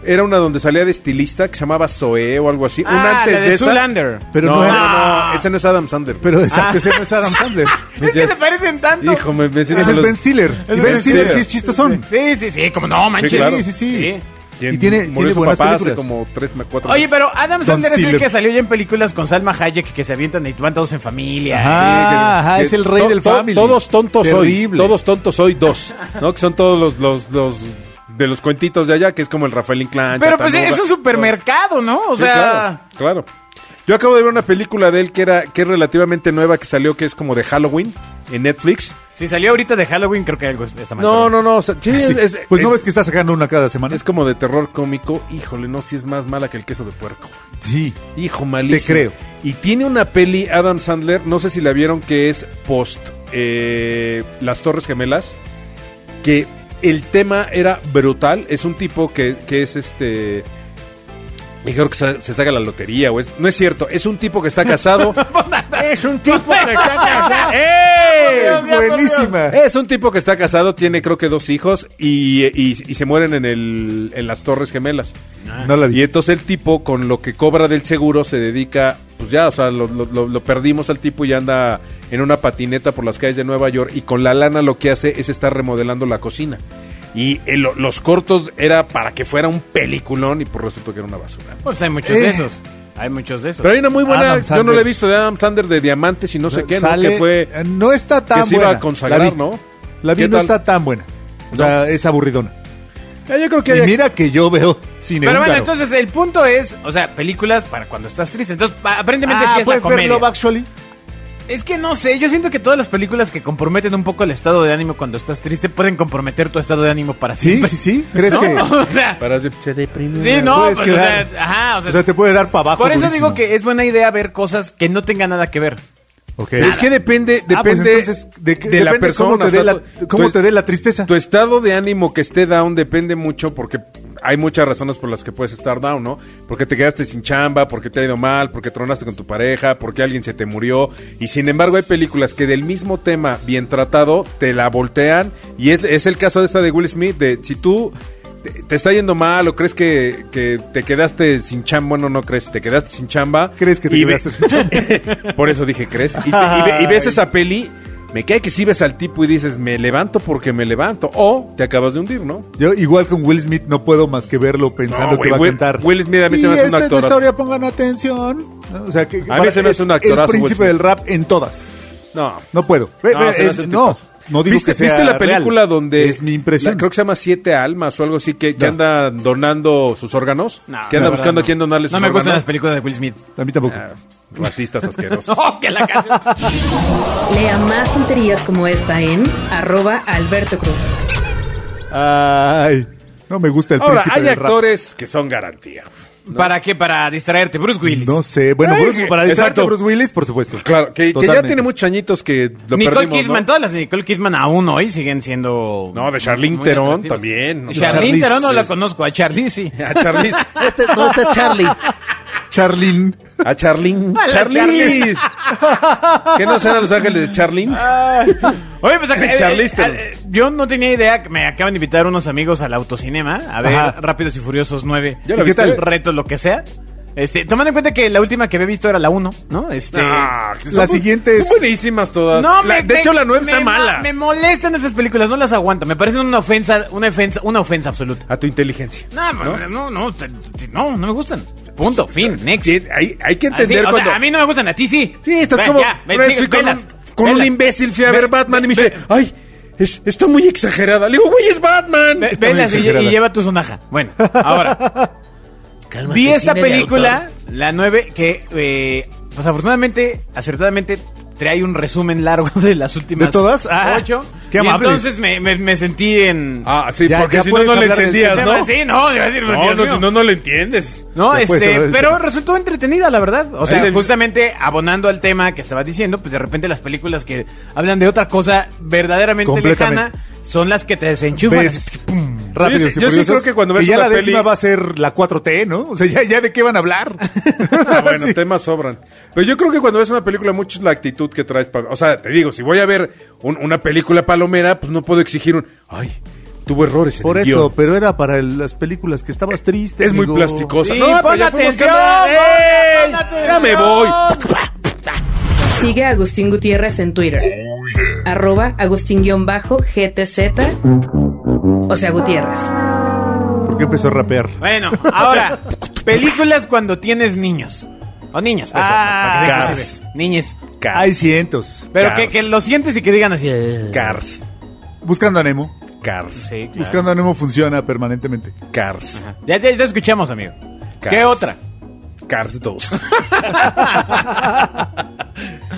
Speaker 4: era una donde salía de estilista que se llamaba Zoe o algo así.
Speaker 2: Ah,
Speaker 4: una antes
Speaker 2: la
Speaker 4: de,
Speaker 2: de
Speaker 4: esa.
Speaker 2: Zoolander. Ah.
Speaker 3: Pero
Speaker 4: no,
Speaker 3: no
Speaker 4: no,
Speaker 3: era-
Speaker 4: no, ese no es Adam Sandler.
Speaker 3: Pero exacto, ese no es Adam Sandler.
Speaker 4: Me
Speaker 2: Es que
Speaker 4: decías-
Speaker 2: se parecen tanto.
Speaker 4: Hijo, me, me siento
Speaker 3: ese es
Speaker 4: los-
Speaker 3: Ben Stiller. Y
Speaker 4: Ben
Speaker 3: ben Stiller
Speaker 4: Stiller.
Speaker 3: sí es chistosón.
Speaker 2: Sí, sí, sí, como no, manches.
Speaker 4: Sí, claro.
Speaker 3: Sí, sí, sí.
Speaker 4: Quien
Speaker 3: Y tiene-
Speaker 4: murió
Speaker 3: tiene
Speaker 4: su
Speaker 3: buenas
Speaker 4: papá hace
Speaker 3: películas.
Speaker 4: como tres, cuatro
Speaker 2: Oye,
Speaker 4: meses.
Speaker 2: pero Adam
Speaker 3: Don
Speaker 2: Sandler es el
Speaker 3: Stiller.
Speaker 2: que salió ya en películas con Salma Hayek que se avientan y van todos en familia.
Speaker 3: Ajá, ajá,
Speaker 4: Que
Speaker 3: Ah, es el rey
Speaker 4: to-
Speaker 3: del
Speaker 4: to-
Speaker 3: family.
Speaker 4: Todos tontos
Speaker 3: Terrible.
Speaker 4: hoy. Todos tontos hoy dos. ¿No? Que son todos los, los, los de los cuentitos de allá, que es como el Rafael Inclán.
Speaker 2: Pero pues
Speaker 4: Chatanuga.
Speaker 2: es un supermercado, ¿no? O
Speaker 4: Sí,
Speaker 2: sea,
Speaker 4: claro, claro. Yo acabo de ver una película de él que era, que es relativamente nueva, que salió, que es como de Halloween, en Netflix.
Speaker 2: si salió ahorita de Halloween, creo que algo está mal.
Speaker 4: No, no, no. o sea, sí, es, es-
Speaker 3: Pues no
Speaker 4: es-
Speaker 3: ves que está sacando una cada semana.
Speaker 4: es como de terror cómico. Híjole, no, si es más mala que el queso de puerco.
Speaker 3: Sí.
Speaker 4: Hijo malísimo.
Speaker 3: Te creo.
Speaker 4: Y tiene una peli Adam Sandler, no sé si la vieron, que es post eh, Las Torres Gemelas, que el tema era brutal. Es un tipo que, que es este... Mejor que sa- se saca la lotería, o es- No es cierto, es un tipo que
Speaker 3: [LAUGHS]
Speaker 4: está casado. es un tipo que está casado. ¡Ey!
Speaker 3: Es buenísima.
Speaker 4: Es un tipo que está casado, tiene creo que dos hijos y, y- y se mueren en, el, en las Torres Gemelas.
Speaker 3: No la vi.
Speaker 4: Y entonces el tipo, con lo que cobra del seguro, se dedica, pues ya, o sea, lo, lo- lo- lo perdimos al tipo y anda en una patineta por las calles de Nueva York y con la lana lo que hace es estar remodelando la cocina. Y el- lo- los cortos era para que fuera un peliculón y por resultó que era una basura.
Speaker 2: Pues hay muchos de
Speaker 3: Eh.
Speaker 2: esos. Hay muchos de esos.
Speaker 4: Pero hay una muy buena,
Speaker 3: Adam
Speaker 4: yo no
Speaker 3: Sandler.
Speaker 4: la he visto, de Adam Sandler de Diamantes y no sé qué, ¿no?
Speaker 3: Sale-
Speaker 4: Que fue...
Speaker 3: eh, no está tan
Speaker 4: que se iba
Speaker 3: buena.
Speaker 4: a consagrar,
Speaker 3: la vi,
Speaker 4: ¿no?
Speaker 3: La vi,
Speaker 4: ¿Qué
Speaker 3: no
Speaker 4: tal?
Speaker 3: está tan buena. O sea, es aburridona.
Speaker 4: Eh, yo creo que
Speaker 3: Y
Speaker 4: hay-
Speaker 3: mira que yo veo cine
Speaker 2: Pero bueno,
Speaker 3: húngaro.
Speaker 2: entonces el punto es, o sea, películas para cuando estás triste. Entonces, pa- aparentemente
Speaker 3: Ah,
Speaker 2: sí es la
Speaker 3: ¿puedes ver
Speaker 2: comedia.
Speaker 3: Love Actually?
Speaker 2: Es que no sé, yo siento que todas las películas que comprometen un poco el estado de ánimo cuando estás triste pueden comprometer tu estado de ánimo para
Speaker 3: Sí,
Speaker 2: siempre.
Speaker 3: sí, sí. ¿Crees
Speaker 2: [LAUGHS] ¿No?
Speaker 3: que...?
Speaker 2: O sea,
Speaker 4: Para hacer-
Speaker 2: sí, no,
Speaker 3: puedes
Speaker 2: pues, o sea,
Speaker 3: quedar.
Speaker 2: ajá, o sea,
Speaker 3: O sea, te puede dar para abajo.
Speaker 2: por eso digo
Speaker 3: durísimo.
Speaker 2: que es buena idea ver cosas que no tengan nada que ver.
Speaker 3: Ok.
Speaker 4: Es que depende, depende
Speaker 3: Ah, pues entonces,
Speaker 4: de,
Speaker 3: de, qué- depende
Speaker 4: la persona.
Speaker 3: Cómo te
Speaker 4: o sea, pues,
Speaker 3: dé la, Pues
Speaker 4: tu-
Speaker 3: cómo
Speaker 4: tu-
Speaker 3: te dé la tristeza.
Speaker 4: Tu estado de ánimo que esté down depende mucho porque hay muchas razones por las que puedes estar down, ¿no? Porque te quedaste sin chamba, porque te ha ido mal, porque tronaste con tu pareja, porque alguien se te murió. Y sin embargo hay películas que del mismo tema bien tratado te la voltean. Y es, es el caso de esta de Will Smith, de si tú te, te está yendo mal o crees que, que te quedaste sin chamba, bueno, no crees, te quedaste sin chamba.
Speaker 3: ¿Crees que te
Speaker 4: y ve-
Speaker 3: quedaste sin
Speaker 4: [LAUGHS] Por eso dije, ¿crees? Y, te- y ve- y ves esa peli, me cae que si ves al tipo y dices, me levanto porque me levanto. O te acabas de hundir, ¿no?
Speaker 3: Yo, igual con Will Smith, no puedo más que verlo pensando
Speaker 4: No, güey,
Speaker 3: que va
Speaker 4: Will-
Speaker 3: a cantar.
Speaker 4: Will Smith a mí
Speaker 3: Y
Speaker 4: se me hace
Speaker 3: esta
Speaker 4: un
Speaker 3: es la
Speaker 4: actorazo.
Speaker 3: historia, pongan atención. O sea, que
Speaker 4: A mí se me hace un
Speaker 3: es
Speaker 4: actorazo,
Speaker 3: El príncipe
Speaker 4: Will Smith.
Speaker 3: del rap en todas.
Speaker 4: No.
Speaker 3: No puedo. Ve-
Speaker 4: No,
Speaker 3: ve,
Speaker 4: se me
Speaker 3: es-
Speaker 4: hace un
Speaker 3: no,
Speaker 4: tipazo.
Speaker 3: no digo
Speaker 4: ¿Viste,
Speaker 3: que sea
Speaker 4: ¿Viste la película
Speaker 3: real.
Speaker 4: donde...
Speaker 3: Es mi impresión.
Speaker 4: la- creo que se llama Siete Almas o algo así, que, que
Speaker 3: No.
Speaker 4: anda donando sus órganos. que
Speaker 2: la
Speaker 4: anda buscando
Speaker 2: verdad,
Speaker 4: a quién donarles
Speaker 2: No
Speaker 4: sus
Speaker 2: me gustan las
Speaker 4: órganos.
Speaker 2: películas de Will Smith. [LAUGHS]
Speaker 3: A mí tampoco.
Speaker 4: Ah,
Speaker 3: [LAUGHS]
Speaker 4: racistas asquerosos.
Speaker 2: ¡Oh, que la canción!
Speaker 1: Lea más tonterías como esta en arroba Alberto Cruz.
Speaker 3: Ay, no me gusta el
Speaker 4: Ah. Ahora,
Speaker 3: príncipe
Speaker 4: hay
Speaker 3: del rap.
Speaker 4: actores que son garantía.
Speaker 2: ¿Para qué? Para distraerte, Bruce Willis.
Speaker 3: No sé. Bueno,
Speaker 4: Ay,
Speaker 3: Bruce- para
Speaker 4: exacto.
Speaker 3: distraerte a Bruce Willis, por supuesto.
Speaker 4: Claro, que, que ya
Speaker 3: Totalmente.
Speaker 4: tiene muchos añitos que lo
Speaker 2: Nicole
Speaker 4: perdimos,
Speaker 2: Kidman,
Speaker 4: ¿no?
Speaker 2: todas las de Nicole Kidman aún hoy siguen siendo.
Speaker 4: No, de Charlize
Speaker 2: muy
Speaker 4: Theron
Speaker 2: atractivas.
Speaker 4: también, o
Speaker 2: Charlize
Speaker 4: sea,
Speaker 3: Charlize.
Speaker 2: Theron no la conozco, a Charlize sí.
Speaker 3: [LAUGHS]
Speaker 4: [LAUGHS] A Charlize.
Speaker 5: Este, no, este es Charlie.
Speaker 3: Charlene.
Speaker 4: [LAUGHS] A Charlín.
Speaker 2: A la
Speaker 4: Charliz. [LAUGHS] que no sean a Los Ángeles de Charlín.
Speaker 2: [LAUGHS] Oye, pues acá- eh,
Speaker 4: Charlize
Speaker 2: eh,
Speaker 4: Theron.
Speaker 2: eh, yo no tenía idea que me acaban de invitar unos amigos al autocinema a ver
Speaker 3: Ajá.
Speaker 2: Rápidos y Furiosos 9.
Speaker 4: ¿Ya la
Speaker 2: ¿Y ¿Qué
Speaker 4: viste?
Speaker 2: tal? Reto, lo que sea. Este, tomando en cuenta que la última que había visto era la 1, ¿no? Este,
Speaker 3: La siguiente es-
Speaker 4: Buenísimas todas.
Speaker 2: No,
Speaker 4: Ah, La-
Speaker 2: me-
Speaker 4: de
Speaker 2: me-
Speaker 4: hecho, la nueva
Speaker 2: me
Speaker 4: está
Speaker 2: ma-
Speaker 4: mala.
Speaker 2: Me molestan esas películas, no las aguanto. Me parecen una ofensa, una ofensa, una ofensa absoluta.
Speaker 4: A tu inteligencia.
Speaker 2: No, no, no, no, te- te- no, no me gustan. Punto, fin, next.
Speaker 4: Sí, hay, hay que entender
Speaker 2: Así, Ah, o sea,
Speaker 4: cuando.
Speaker 2: a mí no me gustan, a ti sí.
Speaker 4: Sí, estás
Speaker 2: Ven,
Speaker 4: como.
Speaker 2: ya, ven,
Speaker 4: una vez
Speaker 2: sigue,
Speaker 4: fui con, un-
Speaker 2: velas,
Speaker 4: con un
Speaker 2: velas.
Speaker 4: imbécil fui a
Speaker 2: Ve-
Speaker 4: ver Batman y me dice,
Speaker 2: ve-
Speaker 4: ay, es- está muy exagerada. Le digo, güey, es Batman.
Speaker 2: Ve-
Speaker 3: Está
Speaker 2: velas
Speaker 3: muy
Speaker 2: y, lle-
Speaker 3: exagerada.
Speaker 2: y lleva tu sonaja. Bueno,
Speaker 3: [LAUGHS]
Speaker 2: ahora.
Speaker 5: Cálmate,
Speaker 2: vi esta
Speaker 5: cine de
Speaker 2: película,
Speaker 5: autor.
Speaker 2: la 9, que, eh, pues afortunadamente, acertadamente, trae un resumen largo [LAUGHS] de las últimas.
Speaker 3: ¿De todas? Ah,
Speaker 2: ocho.
Speaker 3: qué
Speaker 2: Y
Speaker 3: amables.
Speaker 2: entonces me, me- me sentí en.
Speaker 4: Ah, sí,
Speaker 3: Ya-
Speaker 4: porque
Speaker 3: ya
Speaker 4: si no,
Speaker 3: puedes
Speaker 4: no le
Speaker 3: hablar del
Speaker 4: entendías,
Speaker 3: tema,
Speaker 4: ¿no?
Speaker 2: Sí, no, iba a decir,
Speaker 4: No,
Speaker 2: Dios
Speaker 4: no,
Speaker 2: mío.
Speaker 4: si no, no le entiendes.
Speaker 2: No,
Speaker 3: Después se va
Speaker 2: este,
Speaker 3: del
Speaker 2: pero
Speaker 3: tema.
Speaker 2: resultó entretenida, la verdad. O sea,
Speaker 4: Es el-
Speaker 2: justamente abonando al tema que estaba diciendo, pues de repente las películas que hablan de otra cosa verdaderamente
Speaker 3: Completamente.
Speaker 2: lejana son las que te desenchufan.
Speaker 3: Ves, pum, rápido.
Speaker 4: Yo sí- yo sí creo que cuando ves
Speaker 3: y ya
Speaker 4: una
Speaker 3: la décima
Speaker 4: peli-
Speaker 3: va a ser la 4T, ¿no? O sea, ya, ya de qué van a hablar.
Speaker 4: [LAUGHS]
Speaker 2: [LAUGHS]
Speaker 4: Ah,
Speaker 3: [LAUGHS]
Speaker 4: bueno,
Speaker 3: Sí.
Speaker 4: temas sobran. Pero yo creo que cuando ves una película, mucho es la actitud que traes. pa- o sea, te digo, si voy a ver un- una película palomera, pues no puedo exigir un. Ay, tuvo errores. En
Speaker 3: Por
Speaker 4: el
Speaker 3: eso,
Speaker 4: guión".
Speaker 3: pero era para el- las películas que estabas triste.
Speaker 4: Es muy
Speaker 3: amigo.
Speaker 4: plasticosa.
Speaker 2: Sí,
Speaker 4: no, pero
Speaker 2: pon
Speaker 4: ya fuimos
Speaker 2: atención,
Speaker 4: cambiando.
Speaker 2: pon-
Speaker 4: ¡Ey!
Speaker 2: pon atención.
Speaker 4: Ya me voy.
Speaker 1: Sigue a Agustín Gutiérrez en Twitter. Arroba Agustín-GTZ. O sea, Gutiérrez.
Speaker 3: ¿Por qué empezó a rapear?
Speaker 2: Bueno, ahora, películas cuando tienes niños. O niñas, pues.
Speaker 3: Ah,
Speaker 2: para que sean
Speaker 4: Cars.
Speaker 2: inclusivas. Niñes.
Speaker 3: Hay cientos.
Speaker 2: Pero
Speaker 4: Cars.
Speaker 2: que, que lo sientes y que digan así. eh,
Speaker 4: Cars.
Speaker 3: Buscando a Nemo.
Speaker 4: Cars.
Speaker 2: Sí, claro.
Speaker 3: Buscando a Nemo funciona permanentemente.
Speaker 4: Cars.
Speaker 2: Ya, ya, ya escuchamos, amigo. ¿Qué
Speaker 4: Cars.
Speaker 2: otra?
Speaker 4: Cars
Speaker 3: [LAUGHS]
Speaker 4: 2.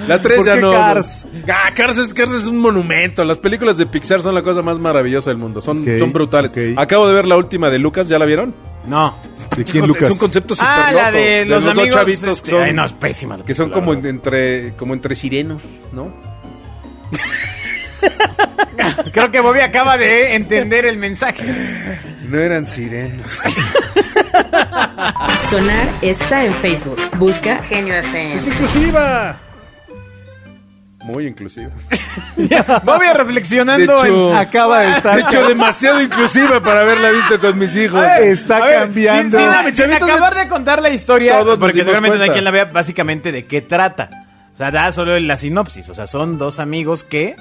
Speaker 4: la 3
Speaker 3: ¿Por
Speaker 4: ya
Speaker 3: qué
Speaker 4: no. no.
Speaker 3: Cars?
Speaker 4: Ah, Cars, es, Cars es un monumento. Las películas de Pixar son la cosa más maravillosa del mundo. Son,
Speaker 3: Ok,
Speaker 4: son brutales.
Speaker 3: ok.
Speaker 4: Acabo de ver la última de Lucas, ¿ya la vieron?
Speaker 2: No.
Speaker 3: ¿De quién,
Speaker 4: Es un-
Speaker 3: Lucas?
Speaker 4: Es un concepto súper
Speaker 2: Ah,
Speaker 4: loco.
Speaker 2: la de los,
Speaker 4: dos
Speaker 2: amigos.
Speaker 4: chavitos
Speaker 2: este,
Speaker 4: que son,
Speaker 2: ay, no, es pésima. la
Speaker 4: que son
Speaker 2: película,
Speaker 4: como
Speaker 2: la verdad.
Speaker 4: entre, como entre sirenos, ¿no?
Speaker 2: Creo que Bobby acaba de entender el
Speaker 4: [LAUGHS]
Speaker 2: mensaje.
Speaker 4: No eran sirenos.
Speaker 1: Sonar está en Facebook. Busca Genio FM.
Speaker 4: ¡Es inclusiva! Muy inclusiva.
Speaker 2: Bobby reflexionando
Speaker 4: De hecho-
Speaker 2: en.
Speaker 3: Acaba de estar.
Speaker 4: De hecho, demasiado inclusiva para haberla visto con mis hijos.
Speaker 3: A ver,
Speaker 2: A
Speaker 3: está
Speaker 2: ver,
Speaker 3: cambiando.
Speaker 2: Sin, sin-
Speaker 4: Ah, mis
Speaker 2: sin
Speaker 4: chavitos
Speaker 2: acabar de contar la historia,
Speaker 4: Todos nos
Speaker 2: porque
Speaker 4: dimos
Speaker 2: seguramente no hay
Speaker 4: cuenta.
Speaker 2: quien la vea básicamente de qué trata. O sea, da solo la sinopsis. O sea, son dos amigos que.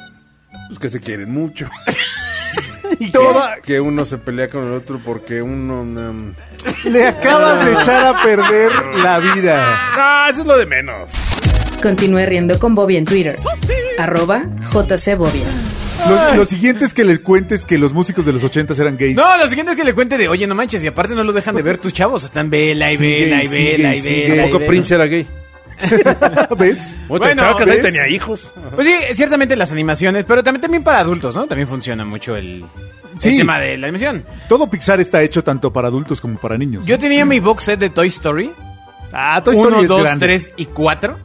Speaker 4: Pues que se quieren [LAUGHS] mucho.
Speaker 3: Toda-
Speaker 4: Que uno se pelea con el otro porque uno... um,
Speaker 3: le acabas de echar a perder la vida.
Speaker 4: No, Ah, eso es lo de menos.
Speaker 1: Continúe riendo con Bobby en Twitter. Arroba JC Bobby.
Speaker 3: Los- lo siguiente es que les cuentes que los músicos de los ochentas eran gays.
Speaker 2: No, lo siguiente es que le cuente de, oye, no manches, y aparte no lo dejan de ver tus chavos. Están vela y
Speaker 3: Sigue,
Speaker 2: vela y
Speaker 3: sigue,
Speaker 2: vela y
Speaker 3: sigue.
Speaker 2: vela. y
Speaker 4: Poco
Speaker 2: vela.
Speaker 4: Prince era gay.
Speaker 3: [LAUGHS] ¿Ves?
Speaker 2: Bueno,
Speaker 4: Bueno, estaba casado y
Speaker 2: ¿ves?
Speaker 4: tenía hijos.
Speaker 2: Pues sí, ciertamente las animaciones, pero también, también para adultos, ¿no? También funciona mucho el, el
Speaker 3: Sí.
Speaker 2: tema de la animación.
Speaker 3: Todo Pixar está hecho tanto para adultos como para niños.
Speaker 2: Yo tenía mi box set de Toy Story.
Speaker 3: ah,
Speaker 2: Uno,
Speaker 3: es
Speaker 2: dos,
Speaker 3: grande.
Speaker 2: tres y cuatro.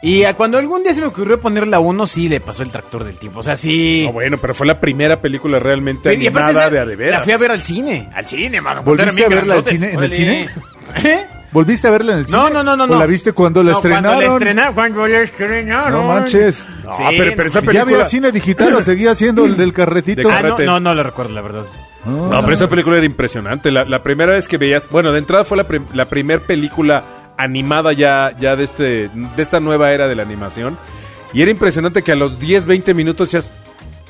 Speaker 2: Y ah, cuando algún día se me ocurrió poner la uno, sí le pasó el tractor del tiempo. O sea, sí.
Speaker 4: No, bueno, pero fue la primera película realmente
Speaker 2: Y aparte
Speaker 4: animada
Speaker 2: esa-
Speaker 4: de a de veras.
Speaker 2: La fui a ver al cine. Al cine, mano. cuando
Speaker 3: ¿Volviste
Speaker 2: eran bien
Speaker 3: a verla al
Speaker 2: grandotes.
Speaker 3: cine- en el
Speaker 2: Órale. ¿Eh?
Speaker 3: ¿Volviste a verla en el cine?
Speaker 2: No, no, no, no.
Speaker 3: ¿O
Speaker 2: no.
Speaker 3: la viste cuando la
Speaker 2: No,
Speaker 3: estrenaron?
Speaker 2: Cuando la estrenaron. Cuando la estrenaron.
Speaker 3: No manches. Ah,
Speaker 4: No,
Speaker 2: Sí,
Speaker 4: pero,
Speaker 2: no,
Speaker 4: pero esa
Speaker 3: ¿Ya
Speaker 4: película...
Speaker 3: había cine digital o seguía siendo el del carretito?
Speaker 4: De
Speaker 2: Ah, no,
Speaker 4: Espérate.
Speaker 2: no, no lo recuerdo, la verdad.
Speaker 4: No, pero esa película era impresionante. La, la primera vez que veías... Bueno, de entrada fue la, prim- la primera película animada ya, ya de, este, de esta nueva era de la animación. Y era impresionante que a los 10, 20 minutos ya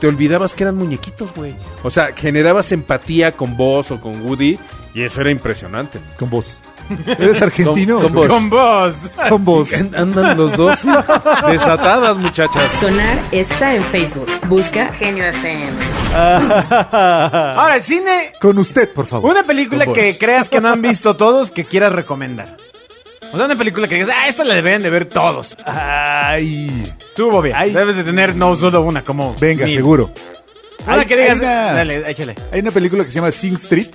Speaker 4: te olvidabas que eran muñequitos, güey. O sea, generabas empatía con vos o con Woody y eso era impresionante.
Speaker 3: Con vos. ¿Eres argentino?
Speaker 4: Con-
Speaker 2: Con
Speaker 4: con vos.
Speaker 2: vos.
Speaker 3: Con vos.
Speaker 4: An- [LAUGHS] Andan los dos [LAUGHS] desatadas, muchachas.
Speaker 1: Sonar está en Facebook. Busca Genio FM.
Speaker 2: Ahora, el cine.
Speaker 3: Ah. Con usted, por favor.
Speaker 2: Una película
Speaker 3: Con
Speaker 2: que
Speaker 3: [LAUGHS] vos.
Speaker 2: creas que no han visto todos, que quieras recomendar. O sea, una película que digas, ah, esta la deberían de ver todos.
Speaker 3: Ah, Ay.
Speaker 2: Tú, Bobby, debes de tener no solo una, como...
Speaker 3: Venga,
Speaker 2: mil.
Speaker 3: seguro.
Speaker 2: Una
Speaker 3: Hay-
Speaker 2: que digas,
Speaker 3: hay una-
Speaker 2: dale, échale.
Speaker 3: Hay una película que se llama Sing Street,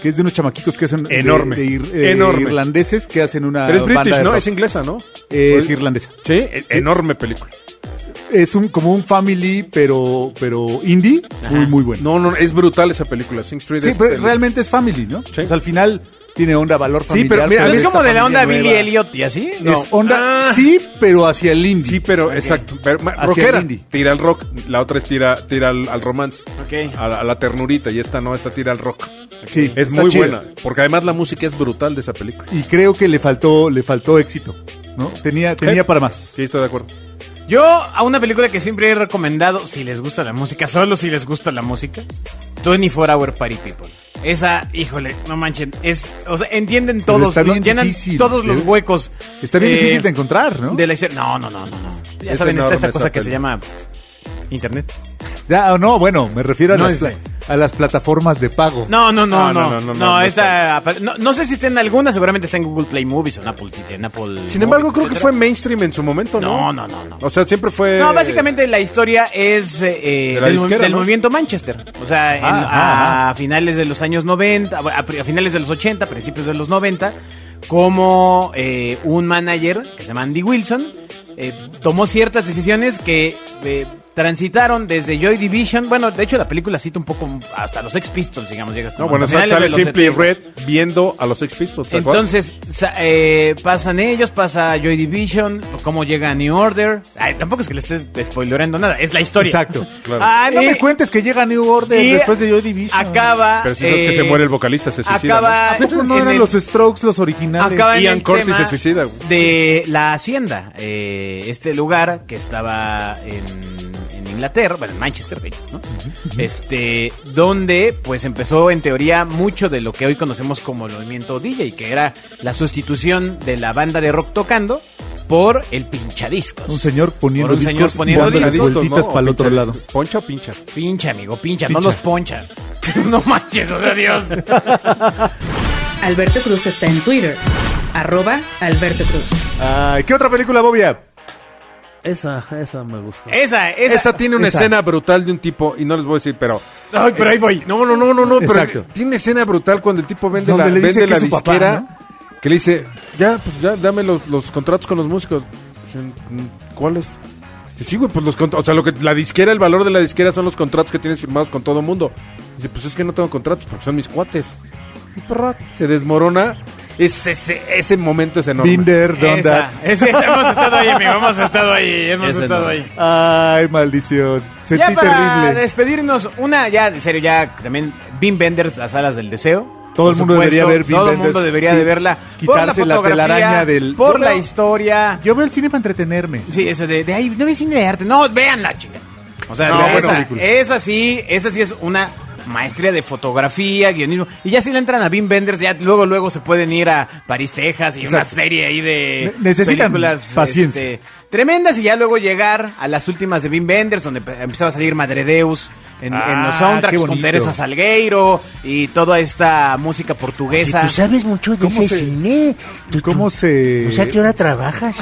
Speaker 3: que es de unos chamaquitos que son de-
Speaker 4: Enorme.
Speaker 3: de ir- eh,
Speaker 4: Enorme.
Speaker 3: irlandeses que hacen una
Speaker 4: Pero es
Speaker 3: banda
Speaker 4: british,
Speaker 3: de
Speaker 4: ¿no?
Speaker 3: rock.
Speaker 4: Es inglesa, ¿no?
Speaker 3: Eh, es irlandesa.
Speaker 4: Sí, e- enorme película.
Speaker 3: Es un como un family, pero pero indie, muy muy bueno.
Speaker 4: No, no, es brutal esa película. Sing Street
Speaker 3: sí,
Speaker 4: es
Speaker 3: pero
Speaker 4: del-
Speaker 3: realmente es family, ¿no?
Speaker 4: Sí.
Speaker 3: O sea, al final tiene onda valor familiar.
Speaker 4: pero mira,
Speaker 2: Pero es
Speaker 4: esta
Speaker 2: como de la onda
Speaker 3: familia
Speaker 2: Billy
Speaker 3: nueva.
Speaker 2: Elliot y así.
Speaker 3: Es
Speaker 2: No.
Speaker 3: onda
Speaker 4: Ah.
Speaker 3: sí, pero hacia el indie.
Speaker 4: Sí, pero exacto. Pero, ma-
Speaker 3: Hacia
Speaker 4: rockera.
Speaker 3: el indie.
Speaker 4: Tira al rock. La otra es tira, tira al, al romance.
Speaker 2: Ok.
Speaker 4: A, la- a la ternurita. Y esta no, esta tira al rock.
Speaker 3: Sí,
Speaker 4: Es
Speaker 3: está
Speaker 4: muy
Speaker 3: chida.
Speaker 4: buena. Porque además la música es brutal de esa película.
Speaker 3: Y creo que le faltó le faltó éxito, ¿no? Tenía tenía
Speaker 4: Sí.
Speaker 3: para más.
Speaker 4: Sí, estoy de acuerdo.
Speaker 2: Yo a una película que siempre he recomendado, si les gusta la música, solo si les gusta la música, 24 Hour Party People. Esa, híjole, no manchen, es, o sea, entienden
Speaker 3: Pero
Speaker 2: todos,
Speaker 3: está
Speaker 2: lo-
Speaker 3: bien
Speaker 2: llenan
Speaker 3: difícil,
Speaker 2: todos los
Speaker 3: ¿eh?
Speaker 2: huecos.
Speaker 3: Está bien
Speaker 2: eh,
Speaker 3: difícil de encontrar, ¿no?
Speaker 2: de la historia. No, no, no, no, no. Ya
Speaker 4: Es
Speaker 2: saben, está
Speaker 4: enorme
Speaker 2: esta cosa
Speaker 4: esa
Speaker 2: que se
Speaker 4: película.
Speaker 2: llama internet.
Speaker 3: Ya, ah, no, bueno, me refiero a
Speaker 2: No,
Speaker 3: las,
Speaker 2: es-
Speaker 3: pla- a las plataformas de pago.
Speaker 2: No, no, no,
Speaker 4: Ah,
Speaker 2: no. No,
Speaker 4: no, no, no, no
Speaker 2: esta- no, no sé si está en alguna, seguramente está en Google Play Movies o en Apple. En Apple
Speaker 4: Sin embargo,
Speaker 2: Movies,
Speaker 4: creo que
Speaker 2: etcétera.
Speaker 4: fue mainstream en su momento,
Speaker 2: No,
Speaker 4: ¿no?
Speaker 2: no, no, no.
Speaker 4: O sea, siempre fue.
Speaker 2: No, básicamente la historia es eh,
Speaker 4: Eh, De la
Speaker 2: del,
Speaker 4: disquera,
Speaker 2: del
Speaker 4: ¿no?
Speaker 2: movimiento Manchester. O sea, en-
Speaker 3: Ah,
Speaker 2: a, finales de los años 90, a, a finales de los 80, principios de los 90, como eh, un manager que se llama Andy Wilson eh, tomó ciertas decisiones que eh, transitaron desde Joy Division. Bueno, de hecho la película cita un poco hasta los Ex Pistols, digamos. Llega
Speaker 4: No,
Speaker 2: como
Speaker 4: bueno,
Speaker 2: hasta finales
Speaker 4: sale
Speaker 2: de los
Speaker 4: Simply
Speaker 2: 70.
Speaker 4: Red viendo a los Sex Pistols. ¿te acuerdas?
Speaker 2: Entonces, sa- eh, pasan ellos, pasa Joy Division, cómo llega a New Order. Ay, tampoco es que le estés spoilerando nada, es la historia.
Speaker 3: Exacto.
Speaker 4: Claro.
Speaker 2: Ah,
Speaker 3: no
Speaker 2: y-
Speaker 3: me cuentes que llega New Order
Speaker 2: y
Speaker 3: después de Joy Division.
Speaker 2: Acaba.
Speaker 4: Pero si sabes que
Speaker 2: eh,
Speaker 4: se muere el vocalista, se suicida.
Speaker 2: acaba-
Speaker 3: ¿A poco Ah, no
Speaker 2: en
Speaker 3: eran
Speaker 2: el-
Speaker 3: los Strokes los originales?
Speaker 2: Acaba en
Speaker 4: Ian
Speaker 2: el
Speaker 4: Curtis
Speaker 2: tema
Speaker 4: se suicida, güey.
Speaker 2: De la hacienda, eh, este lugar que estaba en, en Inglaterra, bueno, en Manchester, de hecho, ¿no? Este, donde pues empezó en teoría mucho de lo que hoy conocemos como el movimiento DJ, que era la sustitución de la banda de rock tocando por el pinchadiscos.
Speaker 3: Un señor poniendo
Speaker 2: Por un
Speaker 3: discos
Speaker 2: señor poniendo
Speaker 3: dando las
Speaker 2: discos,
Speaker 3: vueltitas
Speaker 4: ¿no?
Speaker 3: para el otro
Speaker 4: Pincha,
Speaker 3: lado.
Speaker 4: ¿Poncha o pincha?
Speaker 2: Pincha, amigo, pincha, no
Speaker 3: Pincha.
Speaker 2: los poncha. [LAUGHS] no manches, o sea, Dios.
Speaker 1: Alberto Cruz está en Twitter. Arroba Alberto Cruz.
Speaker 3: Ay, ¿Qué otra película, Bobia?
Speaker 5: Esa, esa me gusta.
Speaker 2: Esa, esa.
Speaker 4: Esa, tiene una
Speaker 3: esa.
Speaker 4: escena brutal de un tipo, y no les voy a decir, pero.
Speaker 2: Ay, pero ahí voy.
Speaker 4: No, no, no, no, no,
Speaker 3: Exacto.
Speaker 4: pero tiene una escena brutal cuando el tipo vende
Speaker 3: Donde
Speaker 4: la,
Speaker 3: le dice
Speaker 4: vende
Speaker 3: que
Speaker 4: la
Speaker 3: es su papá,
Speaker 4: disquera, que le dice, ya, pues ya, dame los, los contratos con los músicos. Dicen, "Mm, ¿Cuáles? Dice, Sí, güey, pues los contratos, o sea, lo que, la disquera, el valor de la disquera son los contratos que tienes firmados con todo mundo. Dice, pues es que no tengo contratos porque son mis cuates. Y prrra, se desmorona. Ese, ese, ese momento es enorme.
Speaker 3: Binder, Don
Speaker 2: Esa, esa, hemos estado ahí, amigo, hemos estado ahí, hemos
Speaker 5: Esa
Speaker 2: estado
Speaker 5: no.
Speaker 2: ahí.
Speaker 3: Ay, maldición.
Speaker 2: ya
Speaker 3: Sentí
Speaker 2: para
Speaker 3: terrible.
Speaker 2: despedirnos, una ya, en serio, ya también Bean Benders, las alas del deseo.
Speaker 3: Todo el
Speaker 2: Por
Speaker 3: mundo debería ver Bean
Speaker 2: Todo el
Speaker 3: Benders,
Speaker 2: mundo debería
Speaker 3: sí.
Speaker 2: de verla.
Speaker 3: Quitarse la
Speaker 2: fotografía,
Speaker 3: telaraña del-
Speaker 2: Por
Speaker 3: Yo
Speaker 2: la
Speaker 3: veo-
Speaker 2: historia.
Speaker 3: Yo veo el cine para entretenerme.
Speaker 2: Sí, eso de, de ahí, no vi cine de arte. No, véanla, chinga. O sea,
Speaker 3: No,
Speaker 2: la-
Speaker 3: buena
Speaker 2: esa,
Speaker 3: película.
Speaker 2: esa sí, esa sí es una maestría de fotografía, guionismo. Y ya si le entran a Bean Benders, ya luego, luego se pueden ir a París, Texas y una
Speaker 3: Exacto.
Speaker 2: serie ahí de
Speaker 3: Ne- necesitan paciencia.
Speaker 2: este, tremendas y ya luego llegar a las últimas de Bean Benders, donde pe- empezaba a salir Madredeus en, en los
Speaker 3: Ah,
Speaker 2: soundtracks
Speaker 3: qué
Speaker 2: con
Speaker 3: bonito.
Speaker 2: Teresa Salgueiro y toda esta música portuguesa.
Speaker 5: tú sabes mucho de
Speaker 3: ¿Cómo
Speaker 5: ese
Speaker 3: se-
Speaker 5: cine. Tú-
Speaker 3: ¿Cómo
Speaker 5: tú-
Speaker 3: se-
Speaker 5: O sea, ¿qué hora trabajas?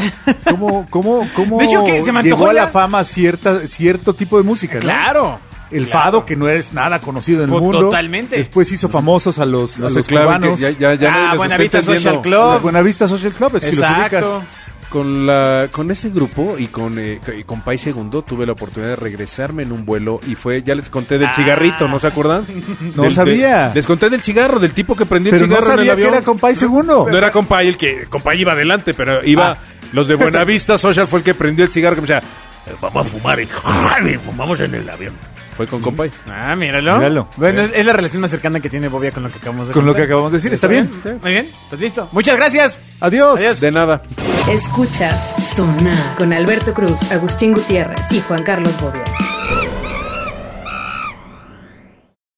Speaker 3: ¿Cómo, cómo, cómo
Speaker 2: De hecho, que se me antojó
Speaker 3: llegó a la
Speaker 2: ya-
Speaker 3: fama cierta, cierto tipo de música? ¿no?
Speaker 2: Claro.
Speaker 3: El
Speaker 2: claro.
Speaker 3: fado, que no es nada conocido en el
Speaker 2: Pues,
Speaker 3: mundo.
Speaker 2: totalmente.
Speaker 3: Después hizo famosos a los, a
Speaker 4: No sé,
Speaker 3: los
Speaker 4: claro, que
Speaker 3: cubanos.
Speaker 4: ya, ya, ya nadie
Speaker 2: ah,
Speaker 4: los
Speaker 2: Buenavista
Speaker 4: está
Speaker 2: Social
Speaker 4: entendiendo.
Speaker 3: La
Speaker 2: Club.
Speaker 3: Buenavista Social Club, si los ubicas.
Speaker 2: Exacto.
Speaker 4: Con, la, con ese grupo y con, eh, y con Pai Segundo tuve la oportunidad de regresarme en un vuelo y fue, ya les conté del
Speaker 2: Ah.
Speaker 4: cigarrito, ¿no se acuerdan?
Speaker 3: [LAUGHS] No
Speaker 4: Del-
Speaker 3: sabía.
Speaker 4: de- les conté del cigarro, del tipo que prendió
Speaker 3: Pero
Speaker 4: el
Speaker 3: no
Speaker 4: cigarro en el
Speaker 3: sabía que
Speaker 4: avión.
Speaker 3: era Compay Segundo.
Speaker 4: No era Compay el que, Compay iba adelante, pero iba,
Speaker 3: Ah.
Speaker 4: los
Speaker 3: [LAUGHS]
Speaker 4: de Buenavista Social fue el que prendió el cigarro, que me decía,
Speaker 6: Eh, Vamos a fumar y, [LAUGHS] ¡ay! fumamos en el avión.
Speaker 4: fue con Compay.
Speaker 2: Ah, míralo.
Speaker 3: Míralo.
Speaker 2: Bueno, es, es la relación más cercana que tiene Bobia con lo que acabamos de
Speaker 3: Con lo que
Speaker 2: contar.
Speaker 3: acabamos de decir, ¿está bien?
Speaker 2: Muy bien, pues listo. Muchas gracias.
Speaker 3: Adiós.
Speaker 4: De nada.
Speaker 1: Escuchas Sonar con Alberto Cruz, Agustín Gutiérrez y Juan Carlos Bobia.